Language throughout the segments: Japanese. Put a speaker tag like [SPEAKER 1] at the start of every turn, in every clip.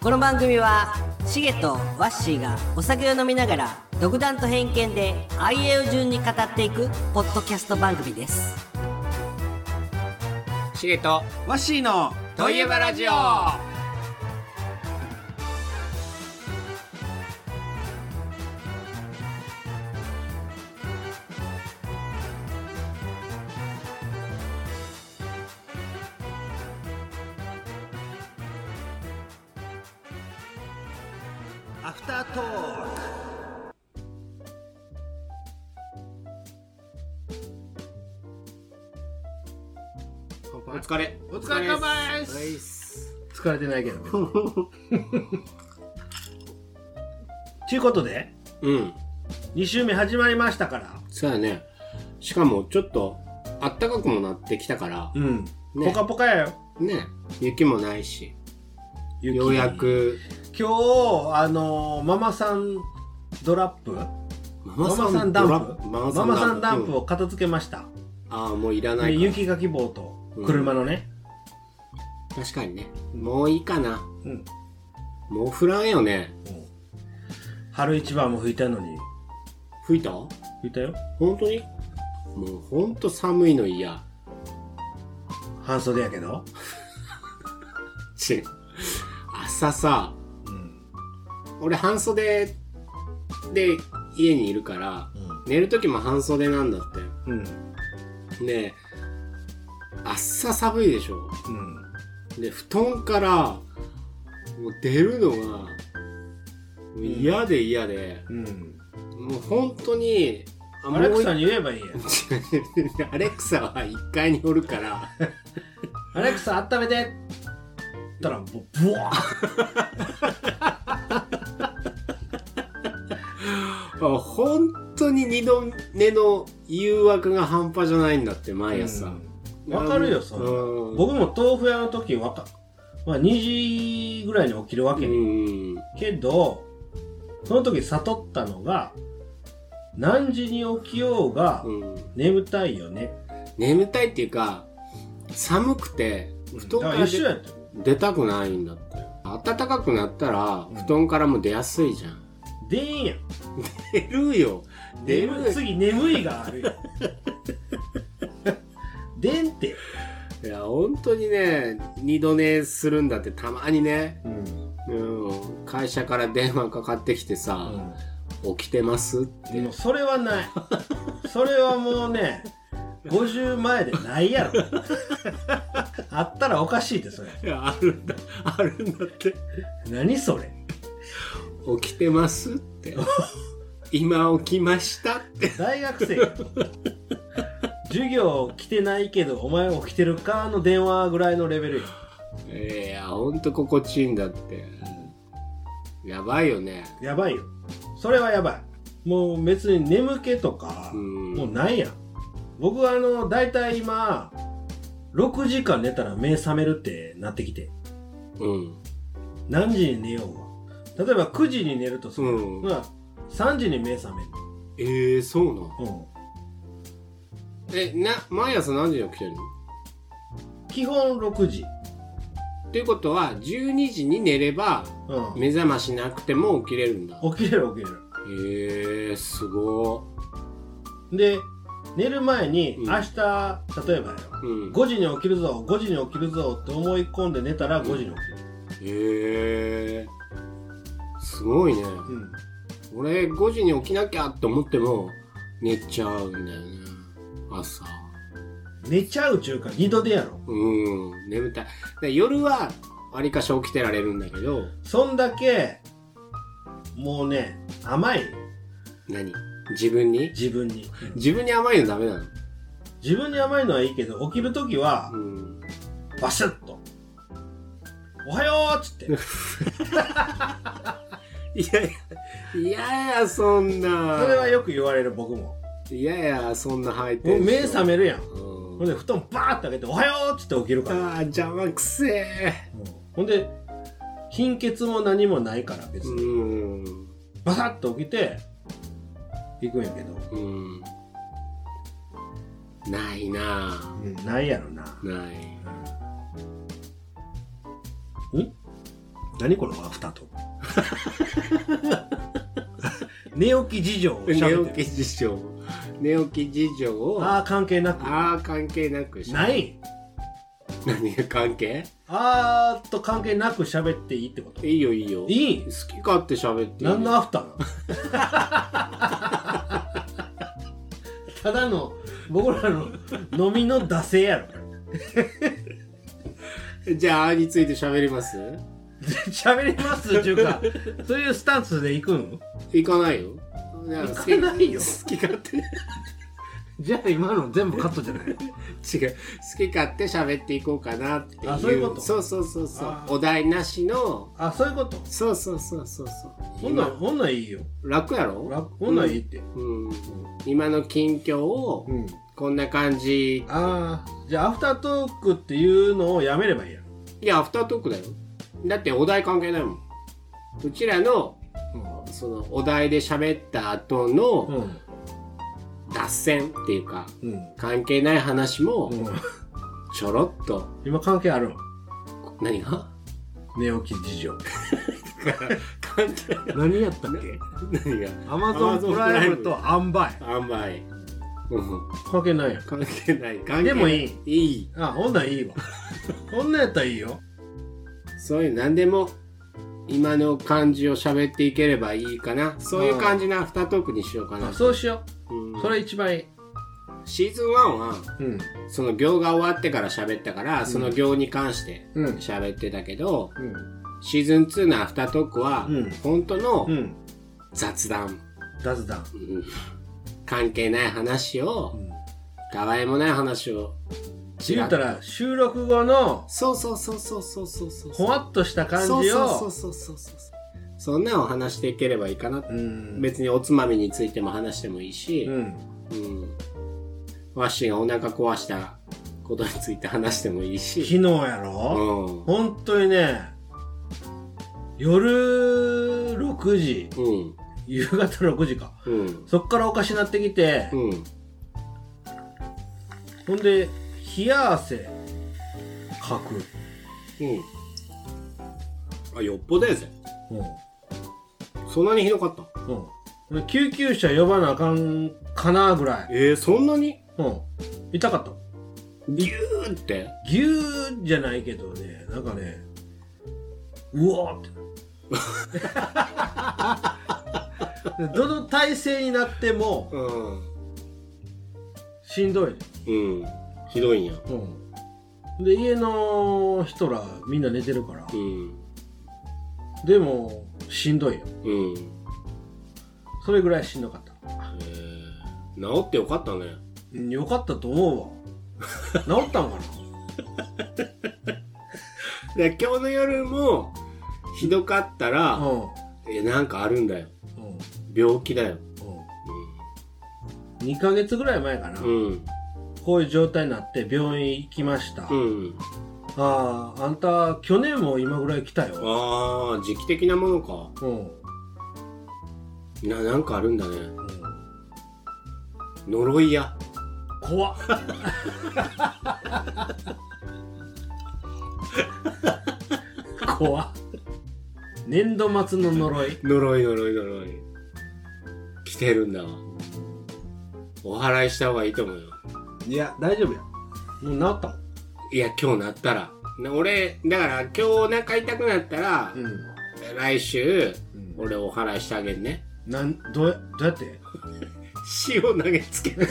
[SPEAKER 1] この番組はシゲとワッシーがお酒を飲みながら独断と偏見で IA を順に語っていくポッドキャスト番組です
[SPEAKER 2] シゲと
[SPEAKER 3] ワッシーの
[SPEAKER 2] といえばラジオ
[SPEAKER 3] アフタートーク
[SPEAKER 2] お疲れ
[SPEAKER 3] お疲れ様です
[SPEAKER 2] 疲れてないけど ね
[SPEAKER 3] ということで
[SPEAKER 2] うん
[SPEAKER 3] 2週目始まりましたから
[SPEAKER 2] そうやねしかもちょっとあったかくもなってきたから
[SPEAKER 3] うん、
[SPEAKER 2] ね
[SPEAKER 3] ポカポカやよ
[SPEAKER 2] ね雪もないし
[SPEAKER 3] 雪
[SPEAKER 2] ようやく
[SPEAKER 3] 今日あのーママさんドラップ
[SPEAKER 2] マ
[SPEAKER 3] ママさんダンプ
[SPEAKER 2] ママ
[SPEAKER 3] マ
[SPEAKER 2] さん
[SPEAKER 3] マさんダンプ
[SPEAKER 2] を
[SPEAKER 3] を片付けました、
[SPEAKER 2] ああもういらな
[SPEAKER 3] で
[SPEAKER 2] いか
[SPEAKER 3] 雪かき棒と車のね、
[SPEAKER 2] 確かにねもういいかな
[SPEAKER 3] うん
[SPEAKER 2] もう降らんよね
[SPEAKER 3] 春一番も吹いたのに
[SPEAKER 2] 吹いた
[SPEAKER 3] 吹いたよ
[SPEAKER 2] 本当にもうほんと寒いの嫌
[SPEAKER 3] 半袖やけど、
[SPEAKER 2] ち朝さ
[SPEAKER 3] うん
[SPEAKER 2] 俺半袖で家にいるから寝る時も半袖なんだっ
[SPEAKER 3] うんうん
[SPEAKER 2] てねえ朝寒いでしょで布団からもう出るのがもう嫌で嫌で、
[SPEAKER 3] うんうん
[SPEAKER 2] もう本当にあ
[SPEAKER 3] アレクサ
[SPEAKER 2] も
[SPEAKER 3] に言えばいいや
[SPEAKER 2] う一アレクサ は1階におるから
[SPEAKER 3] アレクサ温めてって言ったらもうブワー
[SPEAKER 2] あ本当に二度寝の誘惑が半端じゃないんだって毎朝
[SPEAKER 3] うんわかるよそれ
[SPEAKER 2] うん
[SPEAKER 3] 僕も豆腐屋の時わか、まあ、2時ぐらいに起きるわ
[SPEAKER 2] う
[SPEAKER 3] け、
[SPEAKER 2] ん
[SPEAKER 3] けどその時悟ったのが何時に起きようが
[SPEAKER 2] うん
[SPEAKER 3] 眠たいよね、
[SPEAKER 2] 眠たいっていうか寒くて
[SPEAKER 3] だ
[SPEAKER 2] 布団か
[SPEAKER 3] からら
[SPEAKER 2] 出
[SPEAKER 3] 一緒やって
[SPEAKER 2] 出たくないんだって暖かくなったら
[SPEAKER 3] うん
[SPEAKER 2] 布団からも出やすいじゃん、
[SPEAKER 3] 出んやん
[SPEAKER 2] 出るよ出る
[SPEAKER 3] 眠い次眠いがあ るよ出んって、
[SPEAKER 2] いや本当にね二度寝するんだってたまにね、
[SPEAKER 3] うん
[SPEAKER 2] うん、会社から電話かかってきてさ「起きてます?」って
[SPEAKER 3] でもそれは ないそれはもうね50前でないや ろあったらおかしいってそれ
[SPEAKER 2] いやあるんだあるんだって
[SPEAKER 3] 何それ
[SPEAKER 2] 「起きてます?」 って「今起きました」って
[SPEAKER 3] 大学生 や授業来てないけどお前起きてるかの電話ぐらいのレベルや
[SPEAKER 2] いやほんと心地いいんだってやばいよね
[SPEAKER 3] やばいよそれはやばいもう別に眠気とか
[SPEAKER 2] うん
[SPEAKER 3] もうないやん僕はあの大体今6時間寝たら目覚めるってなってきて
[SPEAKER 2] うん
[SPEAKER 3] 何時に寝ようが例えば9時に寝るとする、
[SPEAKER 2] うん
[SPEAKER 3] まあ3時に目覚める、
[SPEAKER 2] えー、そうなの
[SPEAKER 3] う
[SPEAKER 2] えな毎朝何時に起きてるの
[SPEAKER 3] ん、基本6時、
[SPEAKER 2] っていうことは12時に寝れば
[SPEAKER 3] う
[SPEAKER 2] 目覚ましなくても起きれるんだ
[SPEAKER 3] ん、起きれる起きれる
[SPEAKER 2] へえー、すご
[SPEAKER 3] で寝る前に
[SPEAKER 2] うん
[SPEAKER 3] 明日、例えばよ
[SPEAKER 2] ーうん
[SPEAKER 3] 5時に起きるぞ5時に起きるぞって思い込んで寝たら5時に起きる、
[SPEAKER 2] へえー、すごいね
[SPEAKER 3] うん
[SPEAKER 2] 俺5時に起きなきゃって思っても寝ちゃうんだよね朝
[SPEAKER 3] 寝ちゃうちゅうか二度でやろ
[SPEAKER 2] うん眠たいで夜はわりかし起きてられるんだけど
[SPEAKER 3] そんだけもうね甘い
[SPEAKER 2] 何自分に
[SPEAKER 3] 自分に
[SPEAKER 2] 自分に甘いのダメなの
[SPEAKER 3] 自分に甘いのはいいけど起きる時は
[SPEAKER 2] うん
[SPEAKER 3] バシッと「おはよう!」っつ ってそ
[SPEAKER 2] いやいやいやいやそんな
[SPEAKER 3] れはよく言われる僕も
[SPEAKER 2] いやいやそんな入って
[SPEAKER 3] もう目覚めるやんほ
[SPEAKER 2] うんん
[SPEAKER 3] で布団バーって開けて「おはよう!」っつって起きる
[SPEAKER 2] あ
[SPEAKER 3] から、
[SPEAKER 2] ー邪魔くせえ
[SPEAKER 3] ほんで貧血も何もないから別に、
[SPEAKER 2] うん
[SPEAKER 3] バサッと起きて行くんやけど、
[SPEAKER 2] うんないな
[SPEAKER 3] うん、ないやろな
[SPEAKER 2] ぁない
[SPEAKER 3] うん何このアフタート ーク寝起き事情を
[SPEAKER 2] 寝
[SPEAKER 3] 喋って
[SPEAKER 2] 起
[SPEAKER 3] る
[SPEAKER 2] き事情寝起き事情を
[SPEAKER 3] ああ関係なく
[SPEAKER 2] ああ関係なくし
[SPEAKER 3] ない
[SPEAKER 2] 何が関係
[SPEAKER 3] あーと関係なく喋っていいってこと
[SPEAKER 2] いいよいいよ
[SPEAKER 3] いい
[SPEAKER 2] 好き勝手喋っていいよ
[SPEAKER 3] 何のアフターなの ただの僕らの飲みの惰性やろこれ
[SPEAKER 2] じゃああーについて喋ります
[SPEAKER 3] 喋りますっていうかそういうスタンスで行くの
[SPEAKER 2] 行かないよ
[SPEAKER 3] 行かないよ
[SPEAKER 2] 好き勝手
[SPEAKER 3] じゃあ今の全部カットじゃない
[SPEAKER 2] 違う好き勝手喋っていこうかなっていう
[SPEAKER 3] あそういうこと
[SPEAKER 2] そうそうそうそう
[SPEAKER 3] あー
[SPEAKER 2] お題なしの
[SPEAKER 3] あそういうこと
[SPEAKER 2] そうそうそうそうそう
[SPEAKER 3] ほんなら
[SPEAKER 2] 今
[SPEAKER 3] ほんならいいよ
[SPEAKER 2] 楽やろ
[SPEAKER 3] 楽ほんならいいって
[SPEAKER 2] うん、今の近況を
[SPEAKER 3] うん
[SPEAKER 2] こんな感じ
[SPEAKER 3] ああじゃあアフタートークっていうのをやめればいいやん
[SPEAKER 2] いやアフタートークだよだってお題関係ないもんうちらのそのお題で喋った後
[SPEAKER 3] う
[SPEAKER 2] の
[SPEAKER 3] ん
[SPEAKER 2] 脱線っていうか
[SPEAKER 3] うん、
[SPEAKER 2] 関係ない話もちょろっと、
[SPEAKER 3] 今関係あるの
[SPEAKER 2] 何が
[SPEAKER 3] 寝起き事情
[SPEAKER 2] 関係ない
[SPEAKER 3] 何やったっけ
[SPEAKER 2] 何が
[SPEAKER 3] アマゾンプライムとアンバイ
[SPEAKER 2] あんまい、うん、
[SPEAKER 3] 関係ないやん
[SPEAKER 2] 関係ない関係ない
[SPEAKER 3] でもいい
[SPEAKER 2] いい
[SPEAKER 3] あほんならい いわほんなんやったらいいよ
[SPEAKER 2] そういう何でも今の感じを喋っていければいいかなそういう感じのアフタートークにしようかな
[SPEAKER 3] あ、そうしよ
[SPEAKER 2] うん
[SPEAKER 3] うそれ一番いい
[SPEAKER 2] シーズン1は
[SPEAKER 3] うん
[SPEAKER 2] その行が終わってから喋ったから、その行に関して
[SPEAKER 3] うん
[SPEAKER 2] 喋ってたけど、
[SPEAKER 3] うん
[SPEAKER 2] シーズン2のアフタートークは、
[SPEAKER 3] うん
[SPEAKER 2] 本当
[SPEAKER 3] う
[SPEAKER 2] の
[SPEAKER 3] ん
[SPEAKER 2] 雑談、
[SPEAKER 3] 雑談
[SPEAKER 2] うん関係ない話を、たわいもない話を
[SPEAKER 3] 言うたら収録後の
[SPEAKER 2] そうそうそうそうそうそうそう
[SPEAKER 3] ほわっとした感じを
[SPEAKER 2] そうそうそうそうそうそうそんなんを話していければいいかな、
[SPEAKER 3] うん
[SPEAKER 2] 別におつまみについても話してもいいし、
[SPEAKER 3] うん
[SPEAKER 2] うんワッシーがお腹壊したことについて話してもいい
[SPEAKER 3] 昨
[SPEAKER 2] し、
[SPEAKER 3] 日や
[SPEAKER 2] う
[SPEAKER 3] ろ、
[SPEAKER 2] ん
[SPEAKER 3] 本当にね夜6時
[SPEAKER 2] うん
[SPEAKER 3] 夕方6時か
[SPEAKER 2] うん
[SPEAKER 3] そっからおかしなってきて、
[SPEAKER 2] うん
[SPEAKER 3] ほんで冷や汗かく
[SPEAKER 2] うんあよっぽどやぜ
[SPEAKER 3] うん
[SPEAKER 2] そんなにひどかった
[SPEAKER 3] うん、救急車呼ばなあかんかなぐらい、
[SPEAKER 2] えー、そんなに
[SPEAKER 3] うん、痛かった
[SPEAKER 2] ギューって
[SPEAKER 3] ぎゅーじゃないけどねなんかねうわーって どの体勢になっても
[SPEAKER 2] うん
[SPEAKER 3] しんどい、
[SPEAKER 2] うんひどいんや
[SPEAKER 3] うん、で家の人らみんな寝てるから
[SPEAKER 2] うん
[SPEAKER 3] でもしんどいよ
[SPEAKER 2] うん
[SPEAKER 3] それぐらいしんどかった
[SPEAKER 2] えー、治ってよかったね
[SPEAKER 3] うんよかったと思うわ治ったんかな
[SPEAKER 2] で今日の夜もひどかった ら、
[SPEAKER 3] うん
[SPEAKER 2] えなんかあるんだよ
[SPEAKER 3] うん
[SPEAKER 2] 病気だよ
[SPEAKER 3] うん、2ヶ月ぐらい前かな、
[SPEAKER 2] うん
[SPEAKER 3] こういう状態になって病院行きました、
[SPEAKER 2] うん
[SPEAKER 3] あああんた去年も今ぐらい来たよ、
[SPEAKER 2] ああ時期的なものか
[SPEAKER 3] うん
[SPEAKER 2] ななんかあるんだね
[SPEAKER 3] うん、
[SPEAKER 2] 呪いや
[SPEAKER 3] 怖っ怖っ年度末の呪い
[SPEAKER 2] 呪い呪い呪い来てるんだわお祓いした方がいいと思うよ
[SPEAKER 3] いや大丈夫やもう治ったもん
[SPEAKER 2] いや今日なったらな俺だから今日お腹痛くなったら、来週
[SPEAKER 3] うん、
[SPEAKER 2] 俺お祓いしてあげるね
[SPEAKER 3] なんどうやどうやって
[SPEAKER 2] 塩投げつける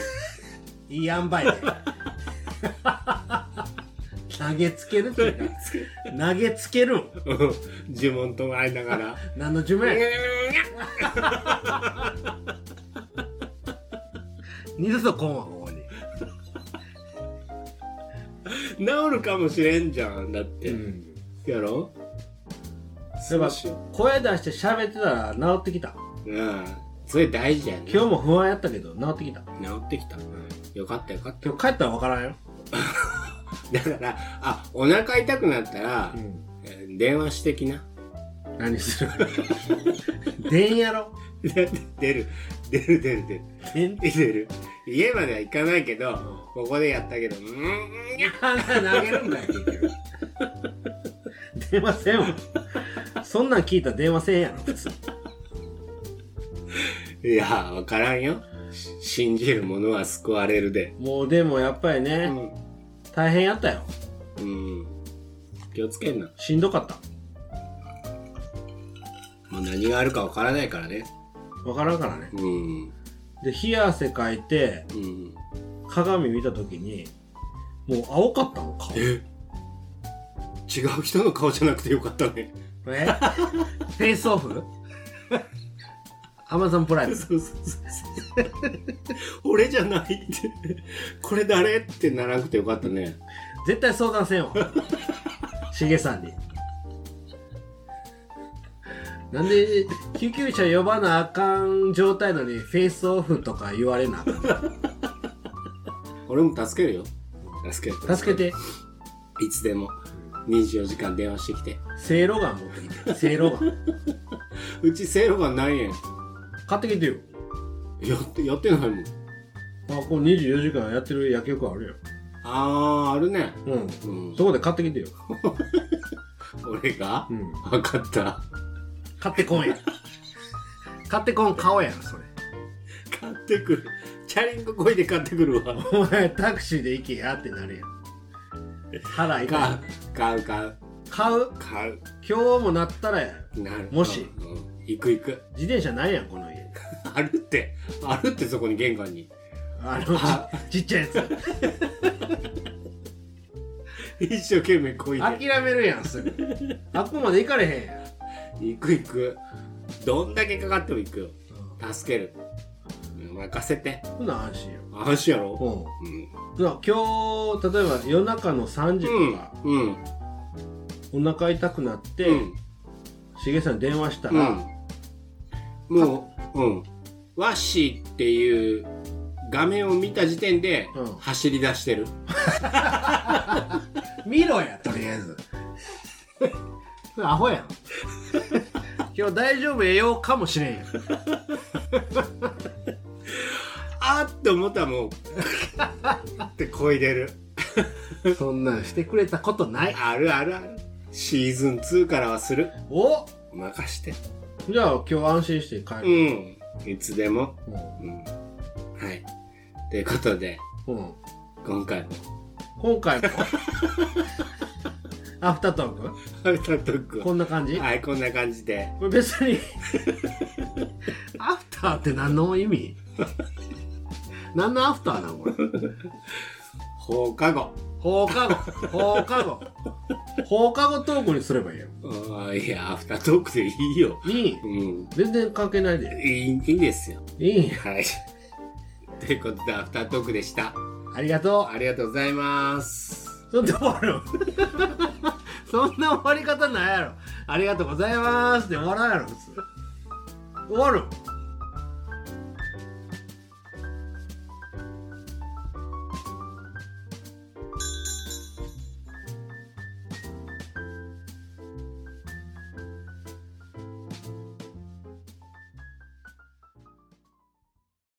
[SPEAKER 3] いい塩梅で投げつけるっていうか投げつけるん
[SPEAKER 2] 呪文唱えなが ら
[SPEAKER 3] 何の呪文や二度と来んわここに
[SPEAKER 2] 治るかもしれんじゃんだって、
[SPEAKER 3] うん
[SPEAKER 2] やろ
[SPEAKER 3] そういえば
[SPEAKER 2] そうしよ
[SPEAKER 3] 声出して喋ってたら治ってきた
[SPEAKER 2] うんそれ大事やね
[SPEAKER 3] 今日も不安やったけど治ってきた
[SPEAKER 2] 治ってきた、よかったよかった
[SPEAKER 3] 今日帰ったら分からんよ、
[SPEAKER 2] だからあお腹痛くなったら、えー電話してきな
[SPEAKER 3] 何する 電やろ
[SPEAKER 2] 出る出る出る出る出る
[SPEAKER 3] 電
[SPEAKER 2] 出る家までは行かないけどここでやったけどうーんいや
[SPEAKER 3] 投げるんだよ結局出ませんわそんなん聞いたら電話せえやろ普通
[SPEAKER 2] いやわからんよし信じる者は救われるで
[SPEAKER 3] もうでもやっぱりね、
[SPEAKER 2] う
[SPEAKER 3] 大変やったよ
[SPEAKER 2] ん、うん、気をつけんな
[SPEAKER 3] しんどかった
[SPEAKER 2] もう何があるかわからないからね
[SPEAKER 3] わからんからね
[SPEAKER 2] うん
[SPEAKER 3] で冷や汗かいて
[SPEAKER 2] うん
[SPEAKER 3] 鏡見た時にもう青かったの顔
[SPEAKER 2] え違う人の顔じゃなくてよかったね
[SPEAKER 3] えフェイスオ フアマゾンプライム
[SPEAKER 2] そうそうそうそう俺じゃないってこれ誰ってならなくてよかったね
[SPEAKER 3] 絶対相談せん わしげさんになんで救急車呼ばなあかん状態なのにフェイスオフとか言われなあかん
[SPEAKER 2] 俺も助けるよ助ける
[SPEAKER 3] 助けて
[SPEAKER 2] いつでも24時間電話してきて
[SPEAKER 3] せいろがん持ってきてせいろがん
[SPEAKER 2] うちセいろがないやん
[SPEAKER 3] 買ってきてよ
[SPEAKER 2] やってやってないもん
[SPEAKER 3] あこれ24時間やってる野球館あるよ
[SPEAKER 2] あーあるね
[SPEAKER 3] うん
[SPEAKER 2] うん
[SPEAKER 3] そこで買ってきてよ、
[SPEAKER 2] 俺が
[SPEAKER 3] うん、
[SPEAKER 2] 分かった
[SPEAKER 3] 買ってこんや買ってこん顔やんそれ
[SPEAKER 2] 買ってくるチャリンコこいで買ってくるわ
[SPEAKER 3] お前タクシーで行けやってなるやん腹痛
[SPEAKER 2] 買
[SPEAKER 3] いう
[SPEAKER 2] 買う買う
[SPEAKER 3] 買う
[SPEAKER 2] 買う
[SPEAKER 3] 今日もなったらや
[SPEAKER 2] なる
[SPEAKER 3] もし
[SPEAKER 2] うんうん行く行く
[SPEAKER 3] 自転車ないやんこの家
[SPEAKER 2] あるってあるってそこに玄関に
[SPEAKER 3] あの
[SPEAKER 2] あ
[SPEAKER 3] ちちっち ゃいやつ
[SPEAKER 2] 一生懸命こいで
[SPEAKER 3] 諦めるやんすぐあっこまで行かれへんやん
[SPEAKER 2] 行く行くどんだけかかっても行くよ助けるうん任せて
[SPEAKER 3] ほな安心や
[SPEAKER 2] 安心や
[SPEAKER 3] う
[SPEAKER 2] ろ
[SPEAKER 3] ん
[SPEAKER 2] うん
[SPEAKER 3] ほな今日例えば夜中の3時とか、
[SPEAKER 2] うんうん
[SPEAKER 3] お腹痛くなって、
[SPEAKER 2] うん
[SPEAKER 3] しげさんに電話したら、
[SPEAKER 2] うん、もう、うん、ワッシーっていう画面を見た時点で
[SPEAKER 3] うん
[SPEAKER 2] 走り出してる、
[SPEAKER 3] 見ろやとりあえずそれアホ やん今日大丈夫ええようかもしれんやん
[SPEAKER 2] あーって思ったらもうってこいでる
[SPEAKER 3] そんなんしてくれたことない
[SPEAKER 2] あるあるあるシーズン2からはする
[SPEAKER 3] お
[SPEAKER 2] 任して
[SPEAKER 3] じゃあ今日安心して帰
[SPEAKER 2] う
[SPEAKER 3] る、
[SPEAKER 2] んいつでも、うん、はいということで
[SPEAKER 3] うんうん
[SPEAKER 2] 今回も
[SPEAKER 3] 今回も アフタートー
[SPEAKER 2] 「ハルタトーク
[SPEAKER 3] ク」こんな感じ、
[SPEAKER 2] はいこんな感じで
[SPEAKER 3] これ別にアフターって何の意味何のアフターなのこれ
[SPEAKER 2] 放課後
[SPEAKER 3] 放課後放課後放課後トークにすればいいよ
[SPEAKER 2] あーいやアフタートークでいいよ
[SPEAKER 3] いい
[SPEAKER 2] うん
[SPEAKER 3] 全然関係ないで
[SPEAKER 2] いいいいですよ
[SPEAKER 3] いいよ
[SPEAKER 2] はい。ということで、アフタートークでした。
[SPEAKER 3] ありがと
[SPEAKER 2] ありがとうございます。
[SPEAKER 3] うそんな終わるそんな終わり方ないやろありがとうございますって終わらんやろ普通終わる